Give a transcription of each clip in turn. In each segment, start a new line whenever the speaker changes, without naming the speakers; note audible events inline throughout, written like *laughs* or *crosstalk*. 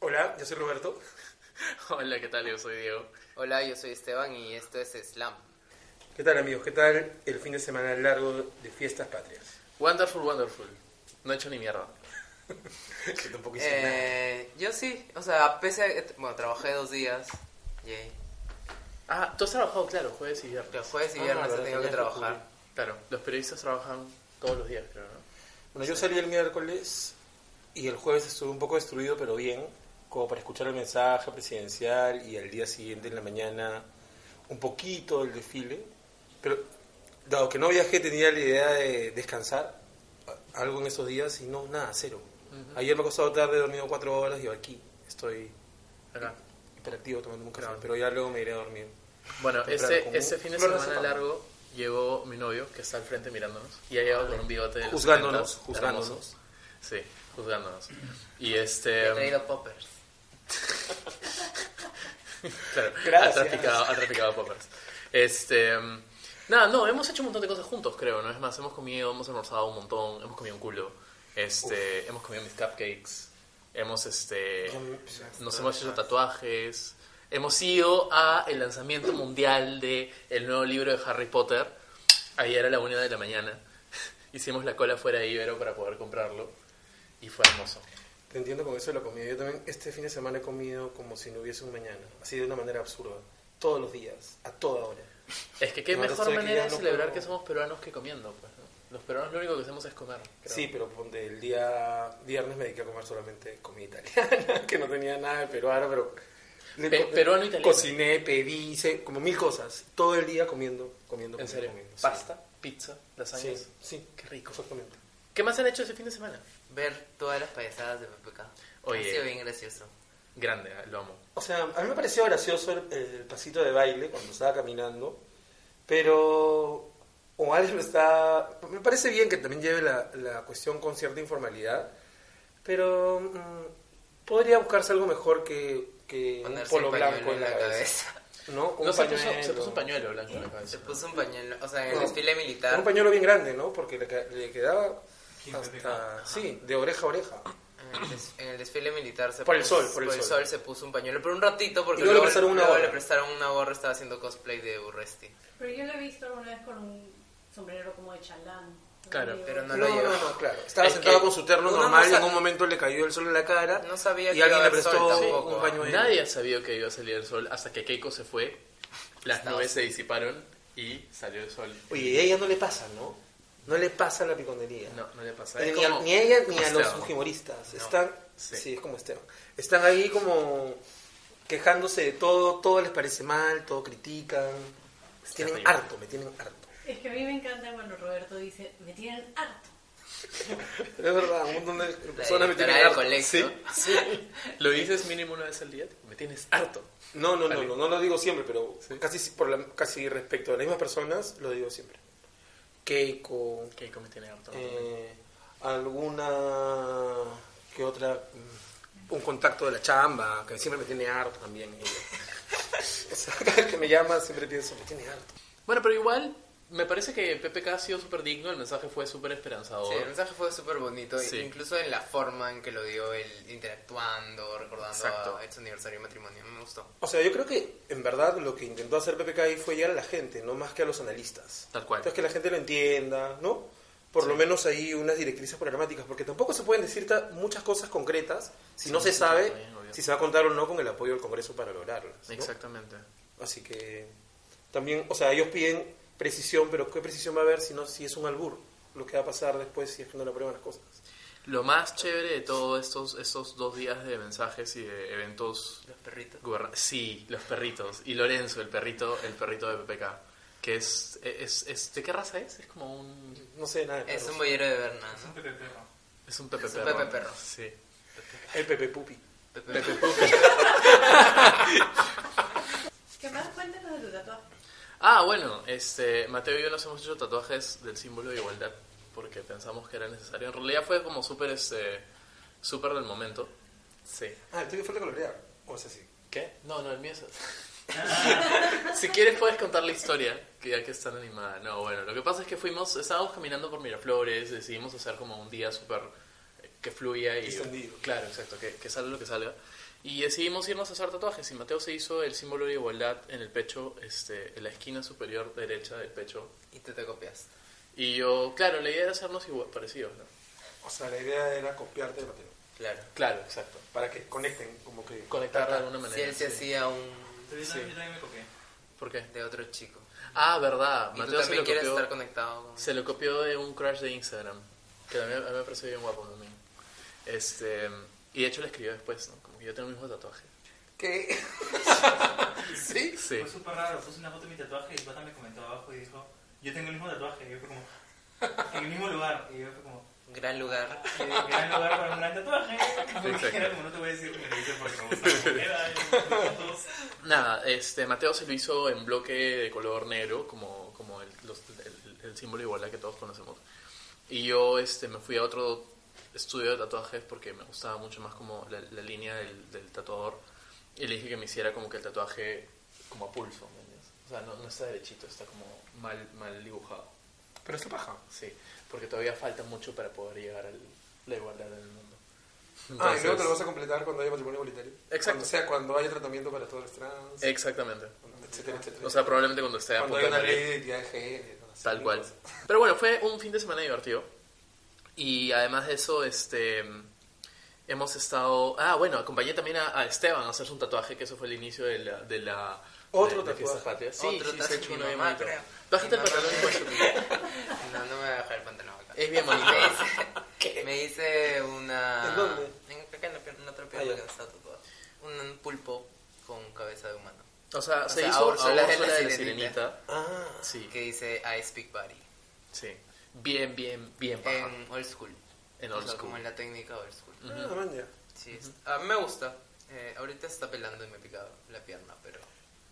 Hola, yo soy Roberto.
Hola, ¿qué tal? Yo soy Diego.
Hola, yo soy Esteban y esto es Slam.
¿Qué tal amigos? ¿Qué tal el fin de semana largo de fiestas patrias?
Wonderful, wonderful. No he hecho ni mierda.
Yo tampoco hice nada.
Eh, yo sí, o sea, pese a que- bueno, trabajé dos días, yay.
Ah, tú has trabajado, claro, jueves y viernes.
Los jueves y
Ah,
viernes he
verdad,
tenido que
tenías
trabajar.
cubrir. Claro, los periodistas trabajan todos los días, creo, ¿no?
Bueno, yo salí el miércoles y el jueves estuve un poco destruido, pero bien, como para escuchar el mensaje presidencial y al día siguiente en la mañana un poquito del desfile. Pero dado que no viajé, tenía la idea de descansar a- algo en esos días y no, nada, cero. Ayer me ha costado tarde, he dormido cuatro horas y aquí estoy
Acá.
hiperactivo tomando un café, pero ya luego me iré a dormir.
Bueno,
Temprano,
ese,
como
ese fin de
flor de
semana
zapato.
largo llegó mi novio, que está al frente mirándonos, y ha llegado con un bigote de los
Juzgándonos,
70,
juzgándonos.
hermoso. Sí, juzgándonos. Y
He
este...
traído poppers.
*laughs* Claro, ha
Gracias.
traficado, ha traficado poppers. Este... mm, Nada, no, hemos hecho un montón de cosas juntos, creo, ¿no? Es más, hemos comido, hemos almorzado un montón, hemos comido un culo, este, hemos comido mis cupcakes, hemos, este... Nos hemos hecho tatuajes. Hemos ido a el lanzamiento mundial de el nuevo libro de Harry Potter. Ayer a la una de la mañana. *laughs* Hicimos la cola fuera de Ibero para poder comprarlo. Y fue hermoso.
Te entiendo con eso de la comida. Yo también este fin de semana he comido como si no hubiese un mañana. Así de una manera absurda. Todos los días, a toda hora.
Es que qué
Ahora
mejor
estoy aquí,
manera
ya
de
no
celebrar
puedo.
que somos peruanos que comiendo. Pues, ¿no? Los peruanos lo único que hacemos es comer. creo.
Sí, pero ponte el día viernes me dediqué a comer solamente comida italiana, *laughs* que no tenía nada de peruano, pero...
Pe- peruano italiano.
Cociné, pedí, hice como mil cosas. Todo el día comiendo, comiendo, comiendo,
En serio.
comiendo. Sí.
Pasta, pizza, lasañas.
Sí, sí.
Qué rico.
Exactamente.
¿Qué más han hecho ese fin de semana?
Ver todas las payasadas de PPK.
Oye.
Ha sido bien gracioso.
Grande, ¿eh? lo amo.
O sea, a mí me pareció gracioso el, el pasito de baile cuando estaba caminando, pero o alguien lo está... Me parece bien que también lleve la, la cuestión con cierta informalidad, pero mm, podría buscarse algo mejor que, que un
Ponerse
polo
un pañuelo
blanco en la, cabeza. *laughs* ¿No? Un
No, se puso,
pañuelo.
se puso un pañuelo blanco en la cabeza.
Se puso un pañuelo, o sea, en
No.
el desfile
Era Un
militar.
pañuelo bien grande, ¿no? Porque le, ca- le quedaba hasta... Sí, de oreja a oreja.
En el, des- en el desfile militar se
Por el
puso,
sol, por el sol.
se puso un pañuelo por un ratito porque
Y luego le
luego,
prestaron una
luego
gorra.
le prestaron una gorra, estaba haciendo cosplay de Urresti.
Pero yo lo he visto alguna vez con un sombrero como de chalán.
Claro,
Digo,
Pero no
No,
lo
no,
llevó.
no,
*laughs*
claro. Estaba
Es
sentado
que
con su terno
uno no
normal y en
sa-
un momento le cayó el sol en la cara.
No sabía
y
que
alguien
iba
le
a haber sol
prestó
tampoco,
un
¿ah?
pañuelo.
Nadie ha sabido que iba a salir el sol hasta que Keiko se fue, las
Estaba
nubes se disiparon y salió el sol.
Oye, y a ella no le pasa, ¿no? No le pasa la picondería.
No, no le pasa.
Eh,
Es
ni, a,
como-
ni a ella ni a
como
los
Esteban.
fujimoristas.
No,
Están, sí.
sí.
es como Esteban. Están ahí como quejándose de todo, todo les parece mal, todo critican. Me tienen
terrible.
harto, me tienen harto.
Es que a mí me encanta cuando Roberto dice, me tienen harto.
Es verdad, un montón de
La
personas me
directora
tienen
del
harto.
colegio.
Lo dices mínimo una vez al día, me tienes harto.
No, no, no,
Vale.
no, no lo digo siempre, pero casi, si- por la- casi respecto a las mismas personas, lo digo siempre. Keiko,
Keiko me tiene harto.
eh, alguna que otra mm, un contacto de la chamba que siempre me tiene harto también *laughs* ella. O sea, cada vez que me llama siempre pienso me tiene harto
Bueno, pero igual me parece que PPK ha sido súper digno, el mensaje fue súper esperanzador.
Sí, el mensaje fue súper bonito,
Sí.
incluso en la forma en que lo dio él, interactuando, recordando
Exacto.
a este aniversario de matrimonio. Me gustó.
o sea yo creo que en verdad lo que intentó hacer PPK ahí fue llegar a la gente no más que a los analistas
Tal cual.
entonces que la gente lo entienda no por lo menos ahí unas directrices programáticas porque tampoco se pueden decir ta- muchas cosas concretas si no se
sí,
sabe
también, obvio.
si se va a contar o no con el apoyo del Congreso para lograrlas ¿no?
Exactamente.
Así que también, o sea, ellos piden precisión, pero ¿qué precisión va a haber si no si es un albur? Lo que va a pasar después si es que no le aprueban las cosas.
Lo más chévere de todos estos, estos dos días de mensajes y de eventos
Los perritos.
Guberna- sí, los perritos. Y Lorenzo, el perrito, el perrito de PPK. que es, es, es- ¿de qué raza es? Es como un,
No sé nada de
Es
perros.
un boyero de Berna, ¿no?
es un pepe
Es un
perro.
pepe perro.
Sí.
El Pepe Pupi.
Pepe.
Pepe Pupi.
¿Qué más cuéntanos de tu tatuaje?
Ah, bueno, este, Mateo y yo nos hemos hecho tatuajes del símbolo de igualdad porque pensamos que era necesario. En realidad fue como súper, este, súper del momento. Sí.
Ah, el tuyo fue el de colorear. O sea, sí.
¿Qué? No, no, el mío es...
Ah.
*laughs* si quieres puedes contar la historia, que ya que está animada. No, bueno, lo que pasa es que fuimos, estábamos caminando por Miraflores, decidimos hacer como un día súper eh, que fluya y...
Distendido.
Claro, exacto, que, que salga lo que salga. Y decidimos irnos a hacer tatuajes y Mateo se hizo el símbolo de igualdad en el pecho, este, en la esquina superior derecha del pecho.
Y tú te copiaste.
Y yo, claro, la idea era hacernos igual, parecidos, ¿no?
O sea, la idea era copiarte de Mateo.
Claro.
Claro, exacto.
Para que conecten, como que.
Conectar de alguna manera.
Si él se
sí.
hacía un...
¿Por qué?
de otro chico.
Ah, verdad.
Y tú
Mateo se
también
lo
quieres
copió.
estar conectado con...
Se lo copió de un crush de Instagram. Que a mí, a mí me pareció bien guapo también. Este, y de hecho le escribió después, ¿no? Como que yo tengo el mismo tatuaje.
¿Qué? *laughs* ¿Sí?
Sí.
Fue súper raro, puse una foto de mi tatuaje y el pata me comentó abajo y dijo, yo tengo el mismo tatuaje. Y yo fue como, en el mismo lugar. Y yo fue como,
Un gran lugar.
"Ah, eh, gran lugar para un gran tatuaje.
Exacto.
*laughs* Porque era como, no te voy a decir, me lo hice porque me gusta la moneda, eh, fotos.
Nada, este, Mateo se lo hizo en bloque de color negro, como, como el, los- el- el símbolo de igualdad que todos conocemos. Y yo este, me fui a otro estudio de tatuajes porque me gustaba mucho más como la, la línea del, del tatuador. Y le dije que me hiciera como que el tatuaje como a pulso, ¿me entiendes? O sea, no, no está derechito, está como mal, mal dibujado.
Pero está paja.
Sí, porque todavía falta mucho para poder llegar a la igualdad en el mundo.
Ah, y luego te
Entonces-
lo vas a completar cuando haya matrimonio igualitario.
Exacto.
O sea, cuando haya tratamiento para todos los trans,
Exactamente.
etcétera, etcétera.
O sea, probablemente cuando esté a
cuando
punto
haya
de
una
salir.
ley de identidad de género. no sé,
Tal
una
cual.
cosa.
Pero bueno, fue un fin de semana divertido. Y además de eso, este hemos estado. Ah, bueno, acompañé también a, a Esteban a hacerse un tatuaje, que eso fue el inicio de la. De la
Otro
de- de
tatuaje.
Fiestas Patrias. Sí,
Otro
sí, se
tazo
ha hecho
de
uno
mi
bien
mamá,
bonito.
creo.
Bájate el
Mi
pantalón
mamá
y pues-
*laughs* me- No, no me voy a bajar el pantalón acá.
Es bien bonito.
*laughs* Me hice, me hice una...
¿En dónde?
en- acá en la pierna, en la otra pierna
Ah, ya.
que no está tatuada. Un pulpo con cabeza de humano.
O sea, se
sea,
hizo
a
a
Úrsula de la
Úrsula de la
Sirenita.
sirenita.
Ah,
Sí,
Que dice I speak body.
sí. Bien, bien, bien paja.
En old school.
En
O
old
sea, Como
school. Mm.
en la técnica old school.
ah, maña.
Sí, es- a mí me gusta. Eh, ahorita se está pelando y me pica la pierna, pero,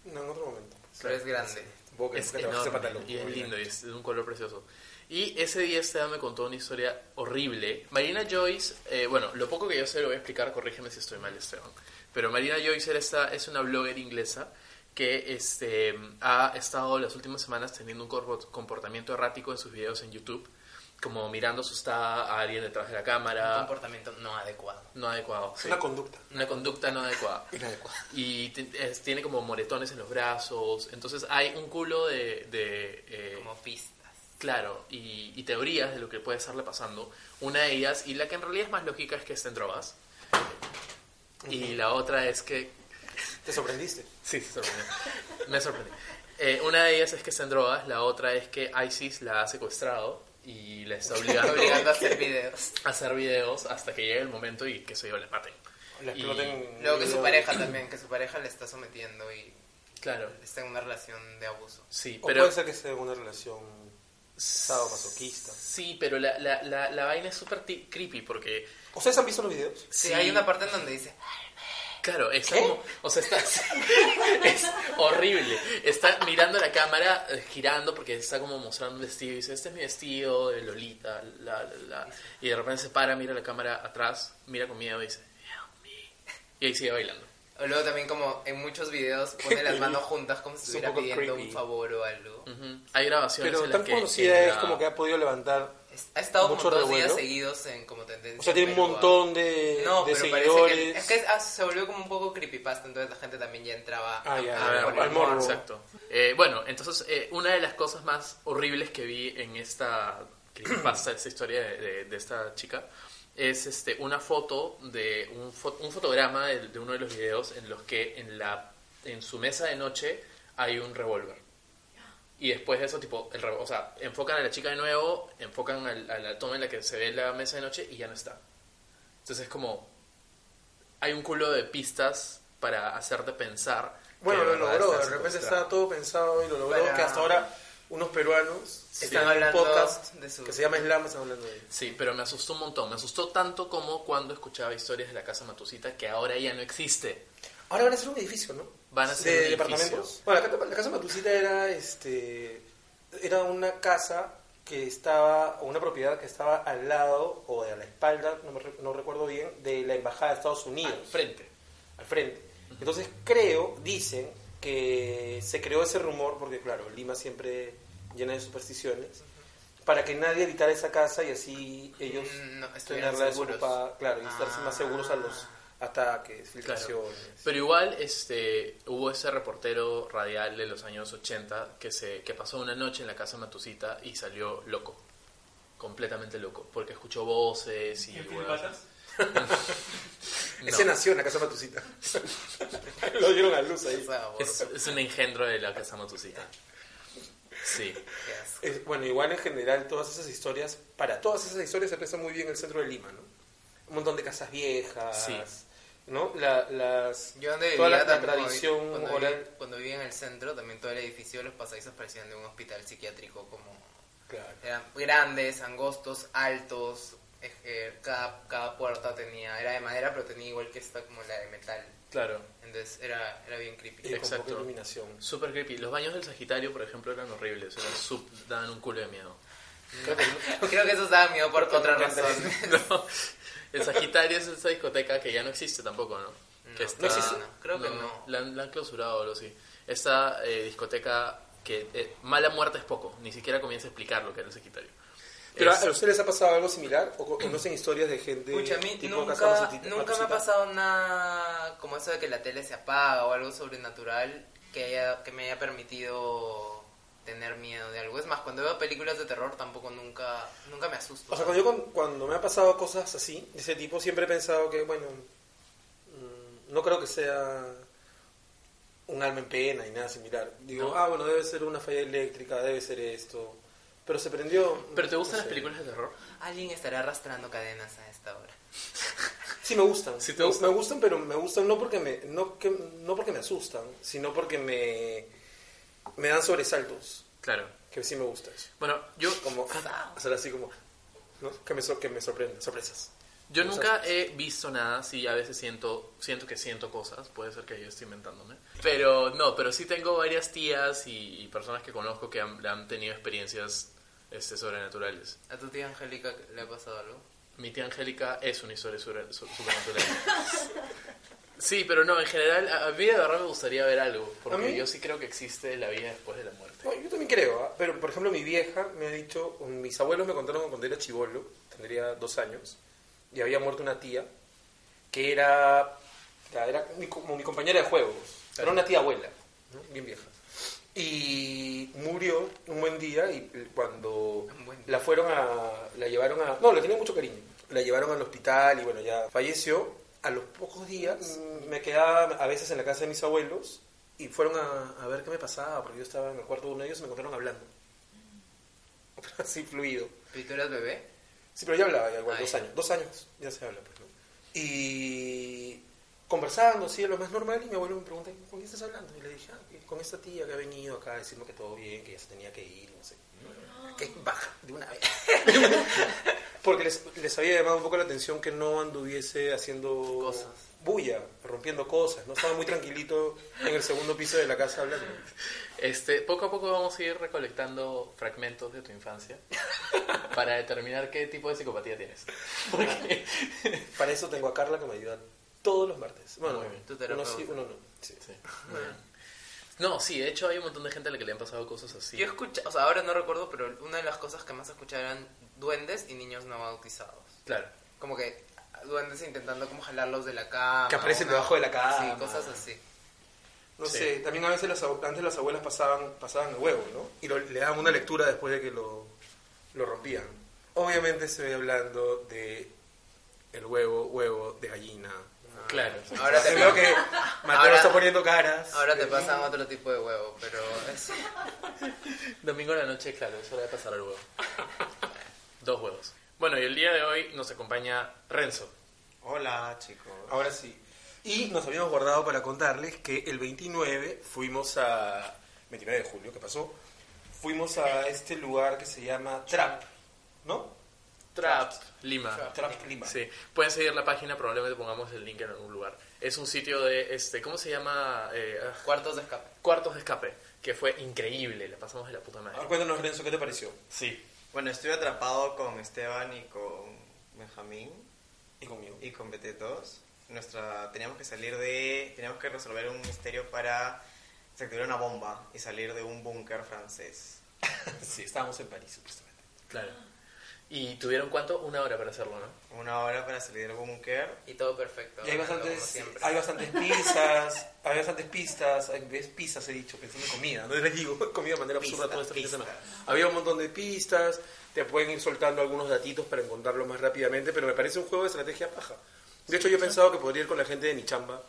No, en otro momento.
pero es grande.
Vos que
Es
nunca te bajaste
enorme,
pantalón,
y es
obviamente.
lindo y es de un color precioso. Y ese día Esteban me contó una historia horrible. Marina Joyce, eh, bueno, lo poco que yo sé lo voy a explicar, corrígeme si estoy mal Esteban. Pero Marina Joyce era esta, es una blogger inglesa que este, ha estado las últimas semanas teniendo un corpo- comportamiento errático en sus videos en YouTube, como mirando asustada a alguien detrás de la
Un
cámara,
comportamiento no adecuado.
no adecuado.
Es
sí.
una conducta.
Una conducta no adecuada. Y ti- es- tiene como moretones en los brazos. Entonces hay un culo de... de, eh,
Como pistas.
Claro, y, y teorías de lo que puede estarle pasando. Una de ellas, y la que en realidad es más lógica, es que estén drogas. Y la otra es que...
Te sorprendiste.
Sí, se sorprendió. Me sorprendí. Eh, una de ellas es que estén drogas, la otra es que ISIS la ha secuestrado y la está obligando,
Obligando a hacer videos.
a hacer videos hasta que llegue el momento y que se yo le maten.
La
Y-
exploten.
Luego que su pareja también, que su pareja le está sometiendo y
Claro,
está en una relación de abuso.
sí,
O
pero...
puede ser que sea una relación sadomasoquista.
Sí, pero la, la, la, la vaina es súper ti- creepy porque...
¿Ustedes han visto los videos?
Sí, hay una parte en donde dice,
Claro, está como, o sea, está, *laughs* es horrible. Está mirando la cámara, eh, girando, porque está como mostrando un vestido y dice, este es mi vestido de Lolita, la, la, la. Y de repente se para, mira la cámara atrás, mira con miedo y dice, help me. Y ahí sigue bailando.
o luego también como en muchos videos pone las manos juntas como
*laughs*
si
Es un
estuviera
poco
pidiendo
creepy.
un favor o algo.
Ujú. Hay grabaciones
Pero
en las
tan
que...
conocida
en
es
la-
como que ha podido levantar.
Es- Ha estado
Mucho
como dos
revuelo.
días seguidos en como tendencia.
O sea, tiene un
en Perú,
montón de,
ah. No,
de
pero parece que
seguidores.
es que es- ah, se volvió como un poco creepypasta, entonces la gente también ya entraba
Ah, ya,
A ver,
ya,
por el
al morbo.
Exacto. Eh, bueno, entonces eh, una de las cosas más horribles que vi en esta creepypasta, esta historia de, de- de esta chica, es este, una foto de un, fo- un fotograma de, de uno de los videos en los que en, la, en su mesa de noche hay un revólver. Y después de eso, tipo, el revo- o sea, enfocan a la chica de nuevo, enfocan al- a la toma en la que se ve la mesa de noche y ya no está. Entonces es como, hay un culo de pistas para hacerte pensar
Bueno,
que
lo
de verdad
logró,
está
de repente
secuestrado.
estaba todo pensado y lo logró,
Para-
que hasta ahora unos peruanos están en un
hablando
podcast
de su-
que se llama Islam, están hablando de él.
Sí, pero me asustó un montón. Me asustó tanto como cuando escuchaba historias de la casa Matusita que ahora ya no existe.
Ahora van a hacer un edificio, ¿no?
Van a ser
de
un
departamentos.
edificio.
Bueno, la, casa- la casa Matusita era, este, era una casa que estaba, o una propiedad que estaba al lado o a la espalda, no, me re- no recuerdo bien, de la Embajada de Estados Unidos.
Al frente.
al frente. Entonces creo, dicen, que se creó ese rumor, porque claro, Lima siempre llena de supersticiones, para que nadie habitara esa casa y así ellos
Mm, no, estuvieran
tenerla
seguros. Ah.
desocupada, claro, y estarse más seguros a los ataques,
Claro.
filtraciones.
Pero igual este, hubo ese reportero radial de los años 80 que, se, que pasó una noche en la casa Matusita y salió loco. Completamente loco. Porque escuchó voces y...
¿En
huevas.
Filipatas?
*laughs* No.
Ese nació en la casa Matucita.
*laughs*
*laughs* Lo dieron a luz ahí.
O sea, por-
Es, es un engendro de la casa Matusita. Sí.
qué asco.
Es- bueno, igual en general todas esas historias, para todas esas historias se presta muy bien el centro de Lima, ¿no? Un montón de casas viejas,
Sí.
¿no? La- las,
Yo donde
toda la,
vivía
la
también,
tradición
cuando, vi-
oral.
cuando vivía en el centro, también todo el edificio, los pasadizos parecían de un hospital psiquiátrico, como
Claro.
eran grandes, angostos, altos, eh, eh, cada, cada puerta tenía, era de madera, pero tenía igual que esta como la de metal,
Claro.
entonces era, era bien creepy.
Y con
Exacto.
poca iluminación.
Super creepy. Los baños del Sagitario, por ejemplo, eran horribles. Eran sub- daban un culo de miedo. *laughs*
Creo que no.
*laughs* Creo que eso daba miedo por otra razón. *laughs*
No. El Sagitario es esa discoteca que ya no existe tampoco, ¿no?
No,
Que
no existe, no. Creo que no.
La han, la han clausurado, o sí. Esta eh, discoteca que eh, mala muerte es poco. Ni siquiera comienza a explicar lo que era el Sagitario.
¿Pero eh,
Es-
a ustedes les ha pasado algo similar? ¿O co- conocen historias de gente
Escucha, a mí
tipo
nunca,
Casamatosita-
nunca me ha
Matosita?
pasado nada como eso de que la tele se apaga o algo sobrenatural que, haya, que me haya permitido tener miedo de algo. Es más, cuando veo películas de terror tampoco nunca, nunca me asusto.
O sea, cuando, yo con- cuando me ha pasado cosas así, de ese tipo, siempre he pensado que, bueno, mm, no creo que sea un alma en pena y nada similar. Digo,
No.
ah, bueno, debe ser una falla eléctrica, debe ser esto. Pero se prendió...
¿Pero te
no
gustan las
sé.
películas de terror?
Alguien estará arrastrando cadenas a esta hora.
Sí, me gustan.
Sí, te
Me-
gustan.
Me gustan, pero me gustan no porque me, no que, no porque me asustan, sino porque me, me dan sobresaltos.
Claro.
Que sí me gusta eso.
Bueno, yo,
como hacer así como ¿no? que me sor- que me sorprende sorpresas
yo
Cosas.
nunca he visto nada. Sí, a veces siento, siento que siento cosas. Puede ser que yo esté inventándome. Pero no, pero sí tengo varias tías y, y personas que conozco que han, han tenido experiencias este, sobrenaturales.
¿A tu tía Angélica le ha pasado algo?
Mi tía Angélica es una historia sobre- so-
*laughs*
sobrenatural. Sí, pero no, en general, a a mí de verdad me gustaría ver algo,
¿A
porque
mí?
yo sí creo que existe la vida después de la muerte.
No, yo también creo ¿ah? pero por ejemplo mi vieja me ha dicho un- mis abuelos me contaron que cuando era chivolo tendría dos años y había muerto una tía que era era era mi, co- como mi compañera de juegos era una tía abuela ¿no? bien vieja y murió un buen día y eh, cuando
Un buen día.
la fueron a la llevaron a no le tenía mucho cariño la llevaron al hospital y bueno ya falleció a los pocos días mm, me quedaba a veces en la casa de mis abuelos y fueron a, a ver qué me pasaba porque yo estaba en el cuarto de uno de ellos y me encontraron hablando *laughs* así fluido
¿Pero ¿Y tú eras bebé?
Sí, pero ya hablaba ya igual,
Ah,
dos
ya.
años. Dos años, ya se habla, pues, ¿no? Y conversando, sí, lo más normal, y mi abuelo me pregunta, ¿con quién estás hablando? Y le dije, ah, que con esta tía que ha venido acá a decirme que todo bien, que ya se tenía que ir, no sé.
Ah.
Que baja, de una vez. *laughs* Porque les, les había llamado un poco la atención que no anduviese haciendo
Cosas.
bulla, rompiendo cosas, ¿no? Estaba muy tranquilito en el segundo piso de la casa hablando.
Este, poco a poco vamos a ir recolectando fragmentos de
*laughs*
tu infancia para determinar qué tipo de psicopatía tienes. Porque-
Para eso tengo a Carla que me ayuda todos los martes. Bueno,
Muy bien.
Tu
uno
terapeuta.
sí, uno no. Sí.
Sí, muy bien. No, sí, de hecho hay un montón de gente a la que le han pasado cosas así.
Yo escuché, o sea, ahora no recuerdo, pero una de las cosas que más escuchaba eran duendes y niños no bautizados.
Claro.
Como que duendes intentando como jalarlos de la cama.
Que aparecen
una-
debajo de la cama.
Sí, cosas así.
No
Sí.
sé, también a veces las, abu- antes las abuelas pasaban, pasaban el huevo, ¿no? Y lo- le daban una lectura después de que lo, lo rompían. Obviamente estoy hablando de el huevo, huevo de gallina.
Ah,
Ah,
Claro.
Ahora te-
veo que Mateo
Ahora-
está poniendo caras.
Ahora te
Eh,
pasan otro tipo de huevo, pero es-
Domingo en la noche, claro, es hora de pasar al huevo. Dos huevos. Bueno, y el día de hoy nos acompaña Renzo.
Hola chicos.
Ahora sí. Y nos habíamos guardado para contarles que el 29 fuimos a... 29 de julio, ¿qué pasó? Fuimos a este lugar que se llama Trap, ¿no?
Trap Lima.
Trap Lima.
Sí, pueden seguir la página, probablemente pongamos el link en algún lugar. Es un sitio de, este, ¿cómo se llama? Eh, ah,
Cuartos de escape.
Cuartos de escape, que fue increíble, la pasamos de la puta
A ver,
madre.
cuéntanos, Renzo, ¿qué te pareció?
Sí,
Bueno, estuve atrapado con Esteban y con Benjamín
Y conmigo.
y con BT2. Nuestra, teníamos que salir de. Teníamos que resolver un misterio para. Se activó una bomba y salir de un búnker francés.
Sí, estábamos en París, supuestamente.
claro. ¿Y tuvieron cuánto? Una hora para hacerlo, ¿no?
Una hora para salir del búnker.
Y todo perfecto.
Y hay
como
bastantes,
siempre.
hay bastantes pizzas, hay bastantes pistas, hay ves, pizzas he dicho, pensando en comida, no les digo, *laughs* comida de manera absurda
Pistas,
todo este fin de
pistas.
semana. Había un montón de pistas, te pueden ir soltando algunos datitos para encontrarlo más rápidamente, pero me parece un juego de estrategia paja. De hecho, yo he pensado que podría ir con la gente de mi chamba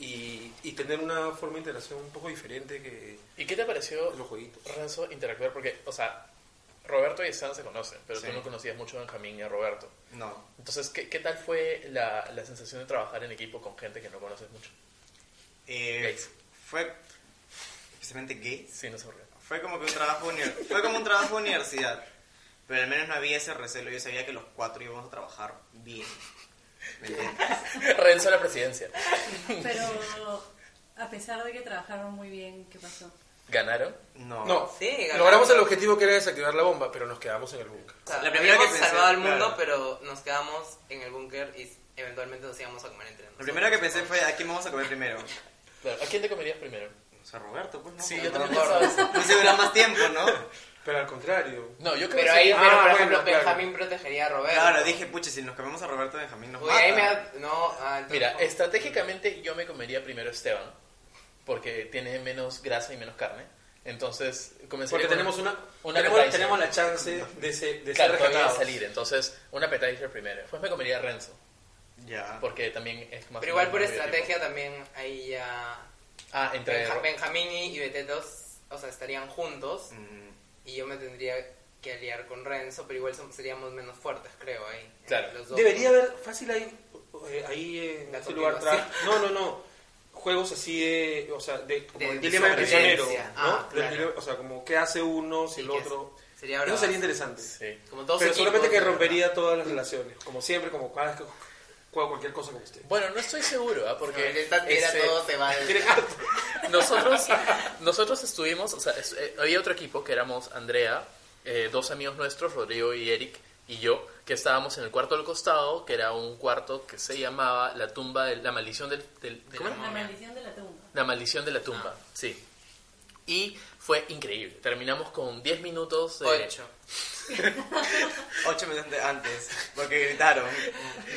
y, y tener una forma de interacción un poco diferente que
¿Y qué te pareció,
los jueguitos.
Renzo, interactuar? Porque, o sea, Roberto y Stan se conocen, pero
Sí.
tú no conocías mucho a Benjamín y a Roberto.
No.
Entonces, ¿qué, qué tal fue la, la sensación de trabajar en equipo con gente que no conoces mucho?
Eh,
Gates.
Fue. Especialmente gays.
Sí, no se aburrió.
Fue como que un trabajo uni- fue como un trabajo de universidad. Pero al menos no había ese recelo. Yo sabía que los cuatro íbamos a trabajar bien. ¿Me
*laughs*
entiendes?
Renzo a la presidencia.
Pero a pesar de que trabajaron muy bien, ¿qué pasó?
¿Ganaron?
No.
No,
Sí, ganamos.
logramos el objetivo que era desactivar la bomba, pero nos quedamos en el búnker.
O sea,
La primera que
habíamos
pensé,
salvado al mundo,
claro.
pero nos quedamos en el búnker y eventualmente nos íbamos a comer entre nosotros.
Lo primero que pensé fue: ¿a quién vamos a comer primero?
Claro. ¿A quién te comerías primero?
O sea, Roberto, pues no.
Sí,
No,
yo también
no,
pensaba
no.
eso.
No se dura más tiempo, ¿no?
Pero al contrario,
No, yo creo
Pero
que
ahí,
sí.
pero,
Ah,
por
bueno,
ejemplo,
claro.
Benjamín protegería a Roberto.
Claro, dije, pucha, si nos cambiamos a Roberto Benjamín nos
Uy, ahí me
mata.
da- No, ah, entonces-
Mira, estratégicamente yo me comería primero a Esteban, porque tiene menos grasa y menos carne. Entonces,
porque
comenzaría con
tenemos una,
una
tenemos,
appetizer.
tenemos la chance de, se- de
Claro,
ser
todavía de
rescatados.
salir, entonces un appetizer primero. Después me comería a Renzo,
Ya.
porque también es más.
Pero igual por
más medio
estrategia también ahí ya...
tipo. Ah, entre.
Benja- Benjamín y Betetos, o sea, estarían juntos
Mm,
y yo me tendría que aliar con Renzo, pero igual som- seríamos menos fuertes, creo, ahí. entre
Claro.
los dos.
Debería haber fácil ahí, eh, ahí en
La
ese lugar.
continuación.
tra- No, no, no. Juegos así de, o sea, de, como
De-
el
de
dilema del prisionero, ¿no?
sobrevivencia. Ah,
Del
claro.
dilema- o sea, como qué hace uno, si
Sí,
el
que
otro.
Sería
Eso
bravazo.
sería interesante.
Sí.
Como dos
Pero
equipos,
solamente que
¿no?
rompería todas las relaciones, como siempre, como cada vez que juego cualquier cosa con usted.
Bueno, no estoy seguro, ¿ah?
Porque
porque.
era
este,
todo se va al-
Ah, *laughs* Nosotros, nosotros estuvimos, o sea, es- eh, había otro equipo que éramos Andrea, eh, dos amigos nuestros, Rodrigo y Eric, y yo, que estábamos en el cuarto del costado, que era un cuarto que se llamaba la tumba, de, la maldición del... del- ¿cómo era? Ah.
La maldición de la tumba.
La maldición de la tumba, sí. Y fue increíble. Terminamos con 10 minutos de...
Ocho.
Ocho meses de- antes, porque gritaron.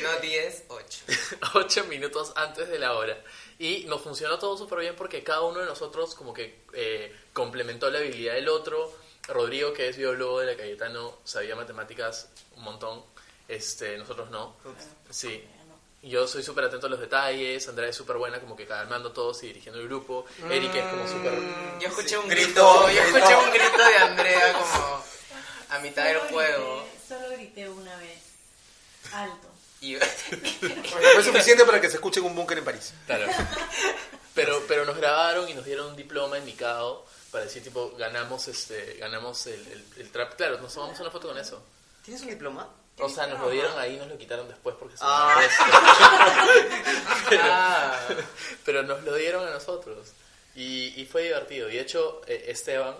No diez, ocho.
*laughs* 8 minutos antes de la hora. Y nos funcionó todo súper bien porque cada uno de nosotros como que eh, complementó la habilidad del otro. Rodrigo, que es biólogo de la Cayetano, sabía matemáticas un montón. Este, nosotros no. Sí. Yo soy súper atento a los detalles, Andrea es súper buena como que calmando todos y dirigiendo el grupo. Eric es como súper... Oh,
Yo escuché un
Gritó,
grito, yo
gritó.
escuché un grito de Andrea como a mitad del
Solo
juego.
grité- Solo grité una vez. Alto.
Y
Fue suficiente para que se escuche en un búnker en París.
Claro. Pero, pero nos grabaron y nos dieron un diploma en Mikado para decir tipo, ganamos este ganamos el, el, el trap. Claro, nos tomamos una foto con eso.
¿Tienes un diploma?
O sea, nos lo dieron ahí y nos lo quitaron después porque se
Ah.
*laughs* ah,
*laughs* Pero nos lo dieron a nosotros. Y, y fue divertido. Y de hecho, eh, Esteban,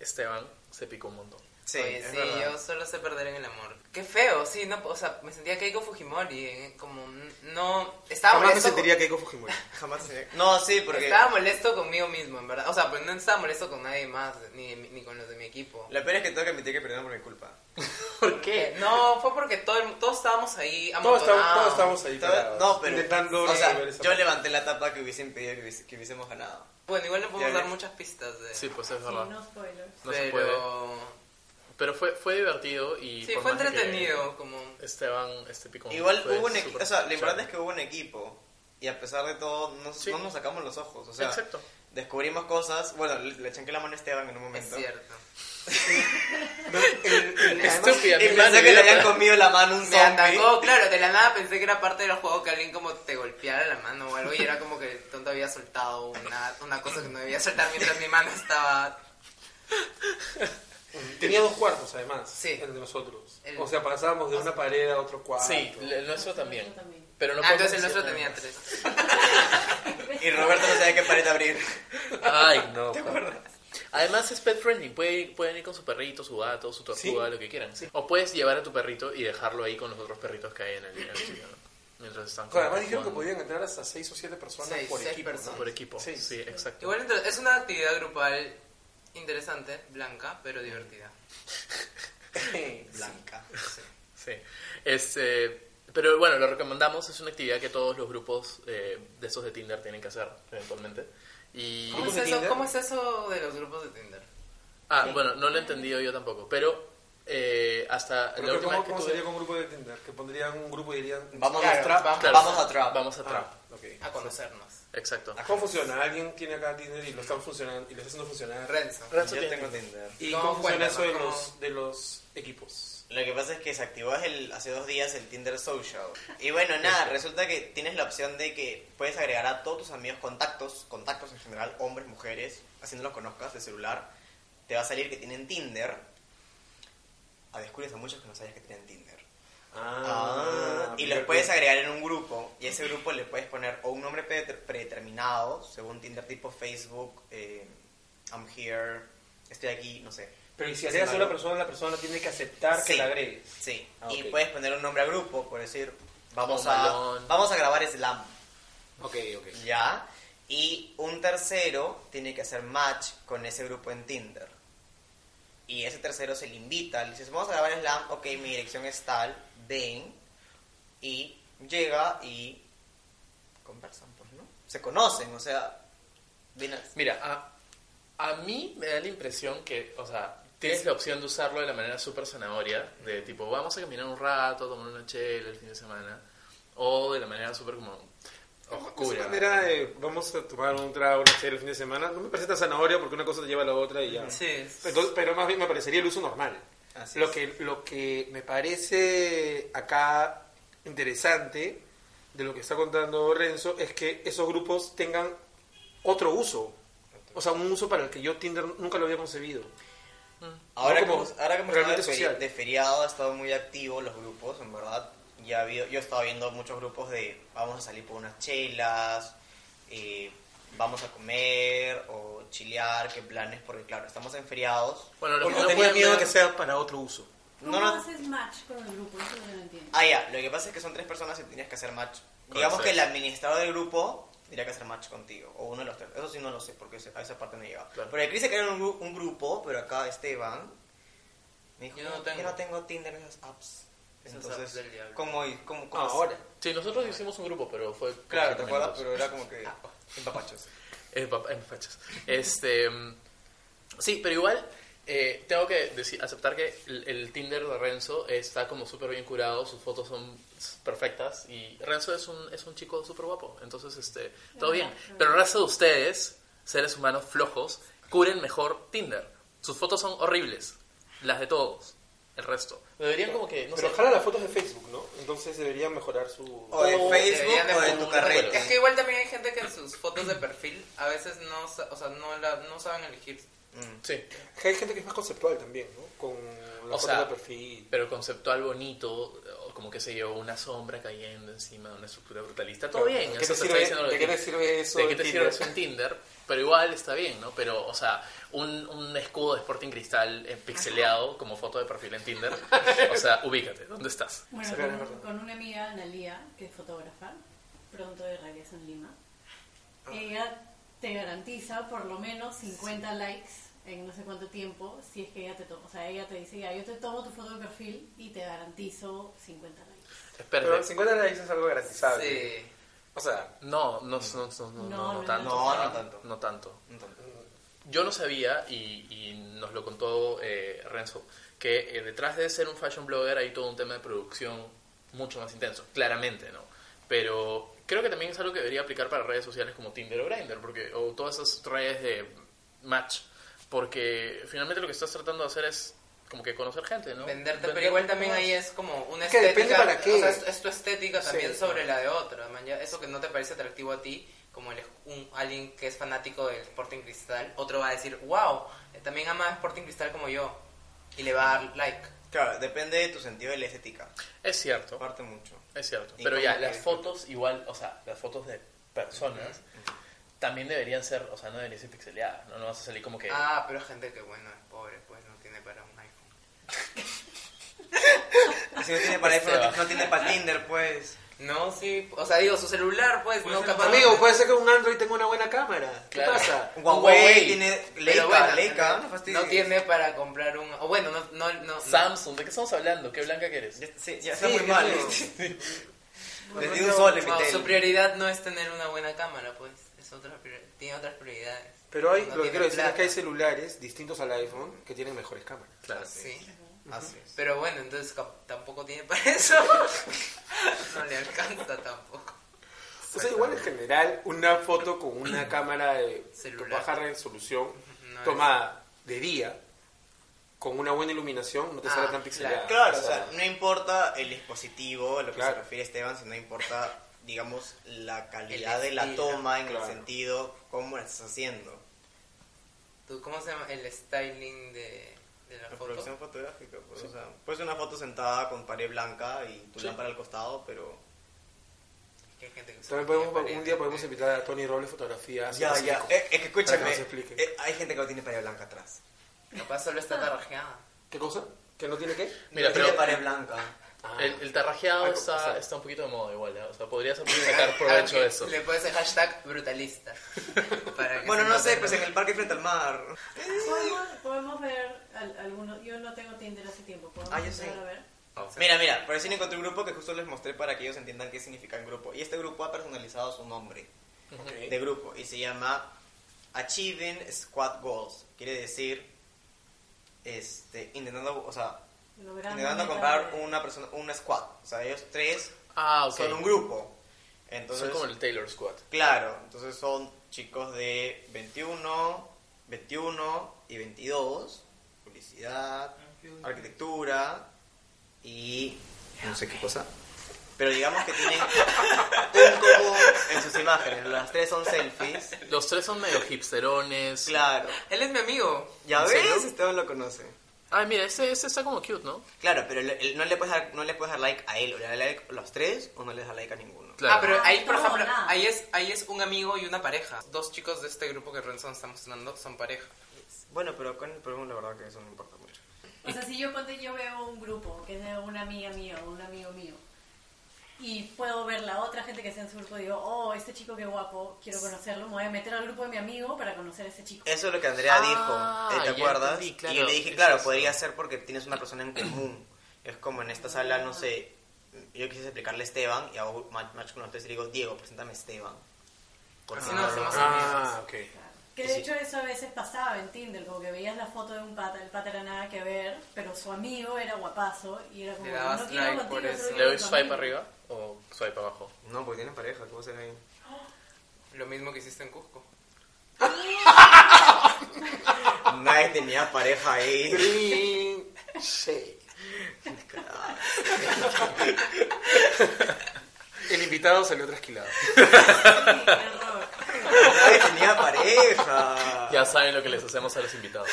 Esteban se picó un montón.
Sí,
oye,
es
sí,
verdad.
yo solo sé perder en el amor. Qué feo, sí, no, o sea, me sentía Keiko Fujimori, eh, como no estaba
Jamás me
molesto.
sentiría Keiko Fujimori.
Jamás se- No, sí, porque
Estaba molesto conmigo mismo, en verdad. O sea, pues no estaba molesto con nadie más, ni, ni con los de mi equipo.
la pena es que tengo que admitir que perdieron por mi culpa.
¿Por qué?
No, fue porque todo el- todos estábamos ahí
Todos estamos, todos
amontonados.
estamos ahí parados,
No, pero
intentando
o sea,
resolver esa
yo
parte.
levanté la tapa que hubiese impedido que, hubiese- que hubiésemos ganado.
Bueno, igual no podemos
Ya,
dar
ya.
muchas pistas de...
Sí, pues es
Sí,
verdad.
no spoilers.
No se puede.
pero...
Pero fue, fue divertido y...
Sí,
por
fue
más de que
entretenido, como...
Esteban, este picó un
Igual
fue
hubo un equipo,
súper
o sea, lo
chévere.
importante es que hubo un equipo. Y a pesar de todo, no,
Sí.
no nos sacamos los ojos. O sea,
Exacto.
Descubrimos cosas. Bueno, le, le chanqué la mano a Esteban en un
Es
momento.
cierto.
*laughs*
Estúpida,
y
mi
pensé
mano
que le
idiota.
habían comido la mano un
Me
zombie.
atacó, claro, de la nada pensé que era parte del juego que alguien como te golpeara la mano o algo y era como que el tonto había soltado una, una cosa que no debía soltar mientras mi mano estaba...
Tenía dos cuartos, además,
Sí.
el de nosotros.
El-
O sea, pasábamos de una pared a otro cuarto.
Sí, el nuestro también.
también.
Pero no
Ah,
podemos
entonces el nuestro
decir
tenía
nada
tres.
Y Roberto no sabía qué pared abrir.
más. Ay, no. Además es pet friendly, Puede- pueden ir con su perrito, su gato, su tortuga, lo que quieran. O puedes llevar a tu perrito y dejarlo ahí con los otros perritos que hay en el, en el sitio, ¿no? Mientras están
Claro, además dijeron que
jugando
podían entrar hasta seis o siete personas
Seis,
por
seis
equipo. ¿no?
personas.
por equipo. Sí,
Sí.
exacto.
Igual entonces, es una actividad grupal interesante, blanca, pero divertida.
Blanca.
Sí. Este, pero bueno, lo recomendamos. Es una actividad que todos los grupos eh, de esos de Tinder tienen que hacer eventualmente. Y
¿Cómo es,
de
eso,
Tinder?
¿Cómo es eso de los grupos de Tinder?
ah, bueno, no lo he entendido yo tampoco, pero eh, hasta
Pero
la
creo que ¿Cómo,
última vez que
cómo
tuve-
sería con un grupo de Tinder? Que pondrían un grupo y dirían...
Vamos
Claro,
a trap.
vamos.
Claro.
Vamos a trap.
Vamos a trap.
Ah, ok.
A conocernos.
Exacto.
¿Cómo funciona? ¿Alguien tiene acá Tinder y lo están funcionando y lo está haciendo funcionar?
Renzo.
Renzo
Yo
tiene-
tengo Tinder.
¿Y
No,
cómo funciona
cuéntanos,
eso de
¿cómo?
los, de los equipos?
Lo que pasa es que se activó el, hace dos días el Tinder Social. Y bueno, nada, resulta que tienes la opción de que puedes agregar a todos tus amigos contactos, contactos en general, hombres, mujeres, haciéndolos conozcas de celular. Te va a salir que tienen Tinder. A descubres a muchos que no sabías que tienen Tinder. Ah, y los
mira,
puedes
mira.
agregar en un grupo. Y a ese grupo le puedes poner o un nombre pre- predeterminado, según Tinder, tipo Facebook, eh, I'm here, estoy aquí, no sé.
Pero y si
Hacen
agregas a una
algo.
persona, la persona tiene que aceptar que
Sí.
la agregues.
Sí,
Ah,
y
ok.
puedes poner un nombre al grupo, por decir, vamos,
Home
a,
Alone.
vamos a grabar Slam,
Ok, ok.
ya. Y un tercero tiene que hacer match con ese grupo en Tinder. Y ese tercero se le invita, le dices, vamos a grabar Slam, ok, mi dirección es tal, ven. Y llega y conversan, pues, ¿no? Se conocen, o sea, viene-
Mira, a, a mí me da la impresión que, o sea, tienes la opción de usarlo de la manera súper zanahoria, de tipo, vamos a caminar un rato, tomar una chela el fin de semana, o de la manera súper como
Esa
oscura.
manera de vamos a tomar un trago, una chela el fin de semana, no me parece tan zanahoria porque una cosa te lleva a la otra y ya.
Sí.
Entonces, pero más bien me parecería el uso normal.
Así
lo,
es.
que, lo que me parece acá interesante de lo que está contando Renzo es que esos grupos tengan otro uso. O sea, un uso para el que yo Tinder nunca lo había concebido.
Ahora
No
que
como
hemos, ahora que hemos
realmente
estado de, feri-
social.
de feriado, ha estado muy activo los grupos, en verdad. Ya ha habido- yo he estado viendo muchos grupos de vamos a salir por unas chelas, eh, vamos a comer o chilear, qué planes, porque claro, estamos en feriados.
Bueno, lo que
Porque
no
tenía
pueden
miedo
ver-
que sea para otro uso.
¿Cómo
No, no.
haces match con el grupo? Eso es lo que no entiendo.
Ah, ya, lo que pasa es que son tres personas y tenías que hacer match.
Con
Digamos que
seis.
el administrador del grupo tendría que hacer match contigo, o uno de los tres. Eso sí no lo sé, porque ese- a esa parte no he llegado.
Claro.
Porque Chris se creó un, gru- un grupo, pero acá Esteban me dijo,
Yo no tengo.
Tinder en esas apps.
Esas
Entonces,
apps del diablo.
¿cómo, y- cómo,
Ah,
cómo
Ahora.
Sí, nosotros hicimos un grupo, pero fue...
Claro, ¿te acuerdas? Pero era como que
Ah,
en papachos.
Eh, pap- eh, fachas. Este, mm, sí, pero igual eh, tengo que decir, aceptar que el, el Tinder de Renzo está como súper bien curado, sus fotos son s- perfectas y Renzo es un, es un chico súper guapo, entonces este, todo bien. Pero el resto de ustedes, seres humanos flojos, curen mejor Tinder. Sus fotos son horribles, las de todos, el resto. Deberían como que, no
Pero
sé,
jala las fotos de Facebook, ¿no? Entonces debería mejorar su...
O de
oh,
O
Facebook
deberían de
o de
poner
tu
un
carrete.
Es que igual también hay gente que en sus fotos de perfil a veces no, sa- o sea, no, la, no saben elegir.
Mm.
sí,
Que Hay gente que es más conceptual también, ¿no? Con la
O
foto
sea,
de perfil.
pero conceptual bonito, o como que se yo, una sombra cayendo encima de una estructura brutalista. Todo
Claro,
bien,
¿de qué
eso te
te
está
sirve-
diciendo lo
de
que
qué
tiene.
te sirve eso
¿De
en
qué te sirve
Tinder?
eso en Tinder? Pero igual está bien, ¿no? Pero, o sea, un, un escudo de Sporting Cristal eh, pixeleado como foto de perfil en Tinder. O sea, ubícate, ¿dónde estás?
Bueno,
Sí, es
con,
verdad.
con una amiga, Analia, que es fotógrafa, pronto de regreso en Lima,
Ah.
ella te garantiza por lo menos 50 likes en no sé cuánto tiempo, si es que ella te toma, o sea, ella te dice, ya, yo te tomo tu foto de perfil y te garantizo 50 likes.
Pero
Espérate.
50 likes es algo garantizable.
Sí.
O sea,
No, no, no, no, no, no,
No,
no
no,
tanto.
no. No, no tanto.
No tanto.
Entonces,
Yo no sabía, y, y nos lo contó eh, Renzo, que eh, detrás de ser un fashion blogger hay todo un tema de producción mucho más intenso, claramente, ¿no? Pero creo que también es algo que debería aplicar para redes sociales como Tinder o Grindr, porque, o todas esas redes de match, porque finalmente lo que estás tratando de hacer es como que conocer gente, ¿no?
Venderte, pero igual también
más.
ahí es como una
Es que depende
estética.
para qué.
o sea, es, es tu estética también
Sí.
sobre la de otro. man, ya, eso que no te parece atractivo a ti, como el- un, alguien que es fanático del Sporting Cristal, otro va a decir, wow, también ama a Sporting Cristal como yo. Y le va a dar like.
Claro, depende de tu sentido de la estética.
Es cierto,
Parte mucho.
es cierto.
Y
Pero
como
ya,
que-
las fotos igual, o sea, las fotos de personas también deberían ser, o sea, no deberían ser pixeleadas, no, no vas a salir como que...
Ah, pero gente que bueno, es pobre, pues no tiene para un iPhone.
Si no tiene para iPhone, no,
Esteban.
no tiene para Tinder, pues.
No, sí, o sea, digo, su celular, pues,
Puede
no
ser
capaz.
Amigo, puede ser que un Android tenga una buena cámara. ¿Qué
Claro.
pasa?
Un
Huawei,
Huawei.
tiene
pues,
Leica,
Pero bueno,
Leica, no
no,
fastidies.
tiene para comprar un. O bueno, no. no, no- no.
Samsung, ¿de qué estamos hablando? ¿Qué blanca que eres?
Ya- Sí, ya está
Sí,
muy mal.
claro.
*laughs* Les di un sol en mi
No,
tele.
su prioridad no es tener una buena cámara, pues. Es otra priori- tiene otras prioridades.
Pero hay,
No
lo que
tiene
quiero decir es
plata.
que hay celulares distintos al iPhone que tienen mejores cámaras.
Claro.
Ah, Sí.
Así es.
Pero bueno, entonces cap- tampoco tiene para *laughs* eso. no le alcanza tampoco.
O sea, igual en general, una foto con
*clears throat*
una cámara de
Celular.
baja resolución
No es-
tomada de día, con una buena iluminación, no te
Ah,
sale tan
claro.
pixelada.
Claro, o sea, no importa el dispositivo, a lo que se
Claro.
refiere Esteban, sino importa, digamos, la calidad de la
estilo,
toma en
claro.
el sentido, cómo la estás haciendo.
¿Tú, ¿Cómo se llama? El styling de, de la
La
foto.
producción fotográfica, pues, o sea, puede ser una foto sentada con pared blanca y tu
Sí.
lámpara al costado, pero...
Que hay gente que
También
solo
podemos,
tiene
un día
pared.
podemos invitar a Tony Robles fotografías.
Ya,
así
ya,
como-
eh, es que
Para que
escúchame,
nos explique.
eh, hay gente que no tiene pared blanca atrás.
Capaz solo está
*laughs*
tarrajeada.
¿Qué cosa? ¿Que no tiene qué?
Mira,
no
pero
tiene pared blanca.
el, el tarrajeado
Ah, o
está,
sea.
está un poquito de moda igual, ¿eh? o sea,
*laughs*
podrías sacar provecho de eso.
Le puedes el hashtag brutalista. para que
Bueno,
se
no
note
sé,
el
pues en el parque frente al mar.
Podemos, podemos ver al- algunos. Yo no tengo Tinder hace tiempo. ¿Podemos
Ah, yo
entrar
sí.
a ver?
Mira, mira, por recién encontré un grupo que justo les mostré para que ellos entiendan qué significa el grupo. Y este grupo ha personalizado su nombre. de grupo y se llama Achieving Squad Goals. Quiere decir, este, intentando, o sea,
Logrando
intentando
metas
comprar
de-
una persona, una squad. O sea, ellos tres
Ah, ok.
son un grupo. Entonces,
Son como el Taylor Squad.
claro, entonces son chicos de 21, 21 y 22, publicidad, arquitectura y no sé qué cosa. Pero digamos que tienen un común en sus imágenes. Las tres son selfies.
Los tres son medio hipsterones.
Claro.
Él es mi amigo.
Ya
¿En
ves,
serio?
Esteban lo conoce.
Ay, mira, ese, ese está como cute, ¿no?
Claro, pero el- el- no, le puedes dar, no le puedes dar like a él, o le das like a los tres, o no le das like a ninguno.
Claro.
Ah, pero ahí, por
No,
ejemplo,
nada.
ahí es, ahí es un amigo y una pareja. Dos chicos de este grupo que Renson está mostrando son pareja.
Bueno, pero con el problema la verdad que eso no importa mucho.
O sea, si yo ponte, yo veo un grupo que es de una amiga mía o un amigo mío y puedo ver la otra gente que está en su grupo, digo, oh, este chico qué guapo, quiero conocerlo, me voy a meter al grupo de mi amigo para conocer a ese chico.
Eh,
Eso es lo que Andrea
Ah,
dijo, ¿eh?
ya
¿te acuerdas?
entendí, claro,
y yo le dije,
es
claro,
eso.
podría ser porque tienes una persona en común. Es como en esta sala, no sé, yo quise explicarle a Esteban y hago match, match con los tres y le digo, Diego, preséntame a Esteban. Por
Así
si
nos
no,
hacemos amigos.
Ah, ok.
Que
Y
de
sí.
hecho eso a veces pasaba en Tinder, como que veías la foto de un pata, el pata era nada que ver, pero su amigo era guapazo y era como,
Le dabas
no quiero
like
contigo,
por
solo
eso.
quiero
¿Le doy
tu
swipe
amigo".
arriba o swipe abajo?
no, porque tienen pareja, ¿qué va a hacer ahí?
Lo mismo que hiciste en Cusco.
Nadie tenía pareja ahí.
Green shade. El invitado salió trasquilado.
Sí, qué error.
Nadie tenía pareja.
Ya saben lo que les hacemos a los invitados.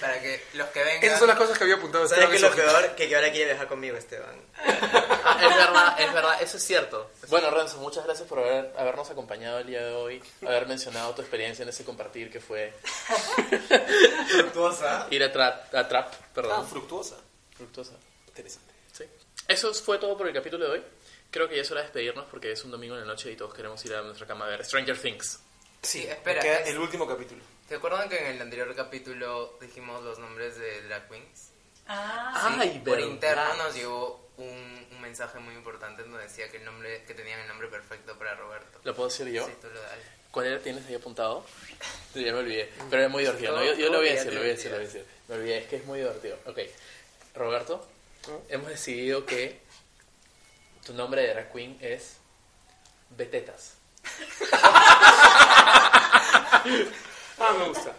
Para que los que vengan.
Esas son las cosas que había apuntado.
¿Sabes
Esteban
qué es
en
lo
su agenda.
peor? Que ahora quiere viajar conmigo, Esteban.
Ah, es verdad, es verdad, eso es cierto. Bueno, Renzo, muchas gracias por haber- habernos acompañado el día de hoy, haber mencionado tu experiencia en ese compartir que fue
Fructuosa.
ir a, tra- a Trap,
Ah,
perdón,
fructuosa.
fructuosa.
Interesante.
Sí. Eso fue todo por el capítulo de hoy. Creo que ya es hora de despedirnos porque es un domingo en la noche y todos queremos ir a nuestra cama a ver Stranger Things.
Sí,
Sí,
espera,
me queda
es-
el último capítulo.
¿Se acuerdan que en el anterior capítulo dijimos los nombres de drag queens?
Ah,
Ay,
Sí, por
verdad.
interno nos llegó un, un mensaje muy importante donde decía que el nombre que tenían el nombre perfecto para Roberto.
¿Lo puedo decir yo?
Sí, tú lo das.
¿Cuál era? ¿Tienes ahí apuntado? Sí, ya me olvidé. Pero es muy divertido. ¿no? Yo, yo lo voy a decir, lo voy a decir, lo voy a decir. Me olvidé, es que es muy divertido. Ok. Roberto, hemos decidido que tu nombre de drag queen es Betetas.
Ah, me gusta.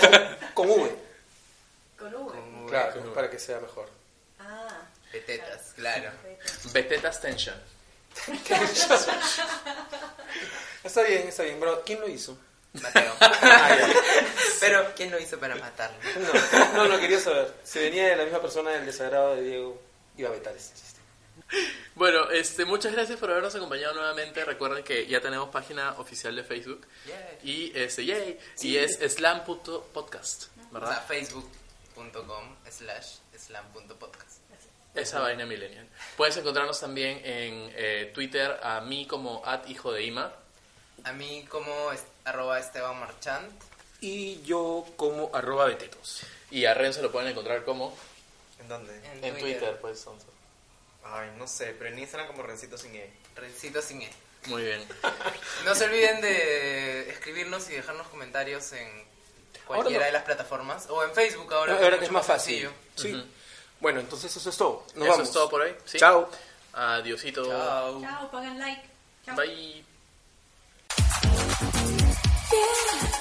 *laughs* Con, con V.
Con V.
Con V.
Claro,
con V.
para que sea mejor.
Ah.
Petetas, claro.
Betetas Tension.
Está bien, está bien, bro. ¿Quién lo hizo?
*laughs* Mateo. Pero, ¿quién lo hizo para matarlo?
No, no, no quería saber. Si venía de la misma persona del desagrado de Diego, iba a vetar ese chiste.
Bueno, este, muchas gracias por habernos acompañado nuevamente. Recuerden que ya tenemos página oficial de Facebook. Y este, yay. Y es slam.podcast,
O sea,
¿verdad?
facebook.com slash slam.podcast.
Esa vaina millennial. Puedes encontrarnos también en eh, Twitter a mí como at hijo de Ima.
A mí como es- arroba Esteban Marchand.
Y yo como arroba betetos.
Y a Renzo lo pueden encontrar como
¿En dónde?
en Twitter, pues. Sonso.
Ay, no sé, pero en Instagram como Rencito sin E.
Rencito sin E.
Muy bien.
No se olviden de escribirnos y dejarnos comentarios en
Ahora
cualquiera
no.
de las plataformas. O en Facebook ahora.
Ahora que es más
mucho
fácil. Sí. Bueno, entonces eso es todo. Nos
Eso
vamos.
es todo por hoy. ¿sí?
Chao.
Adiosito.
Chao.
Chao, pongan like. Chao.
Bye.
Yeah.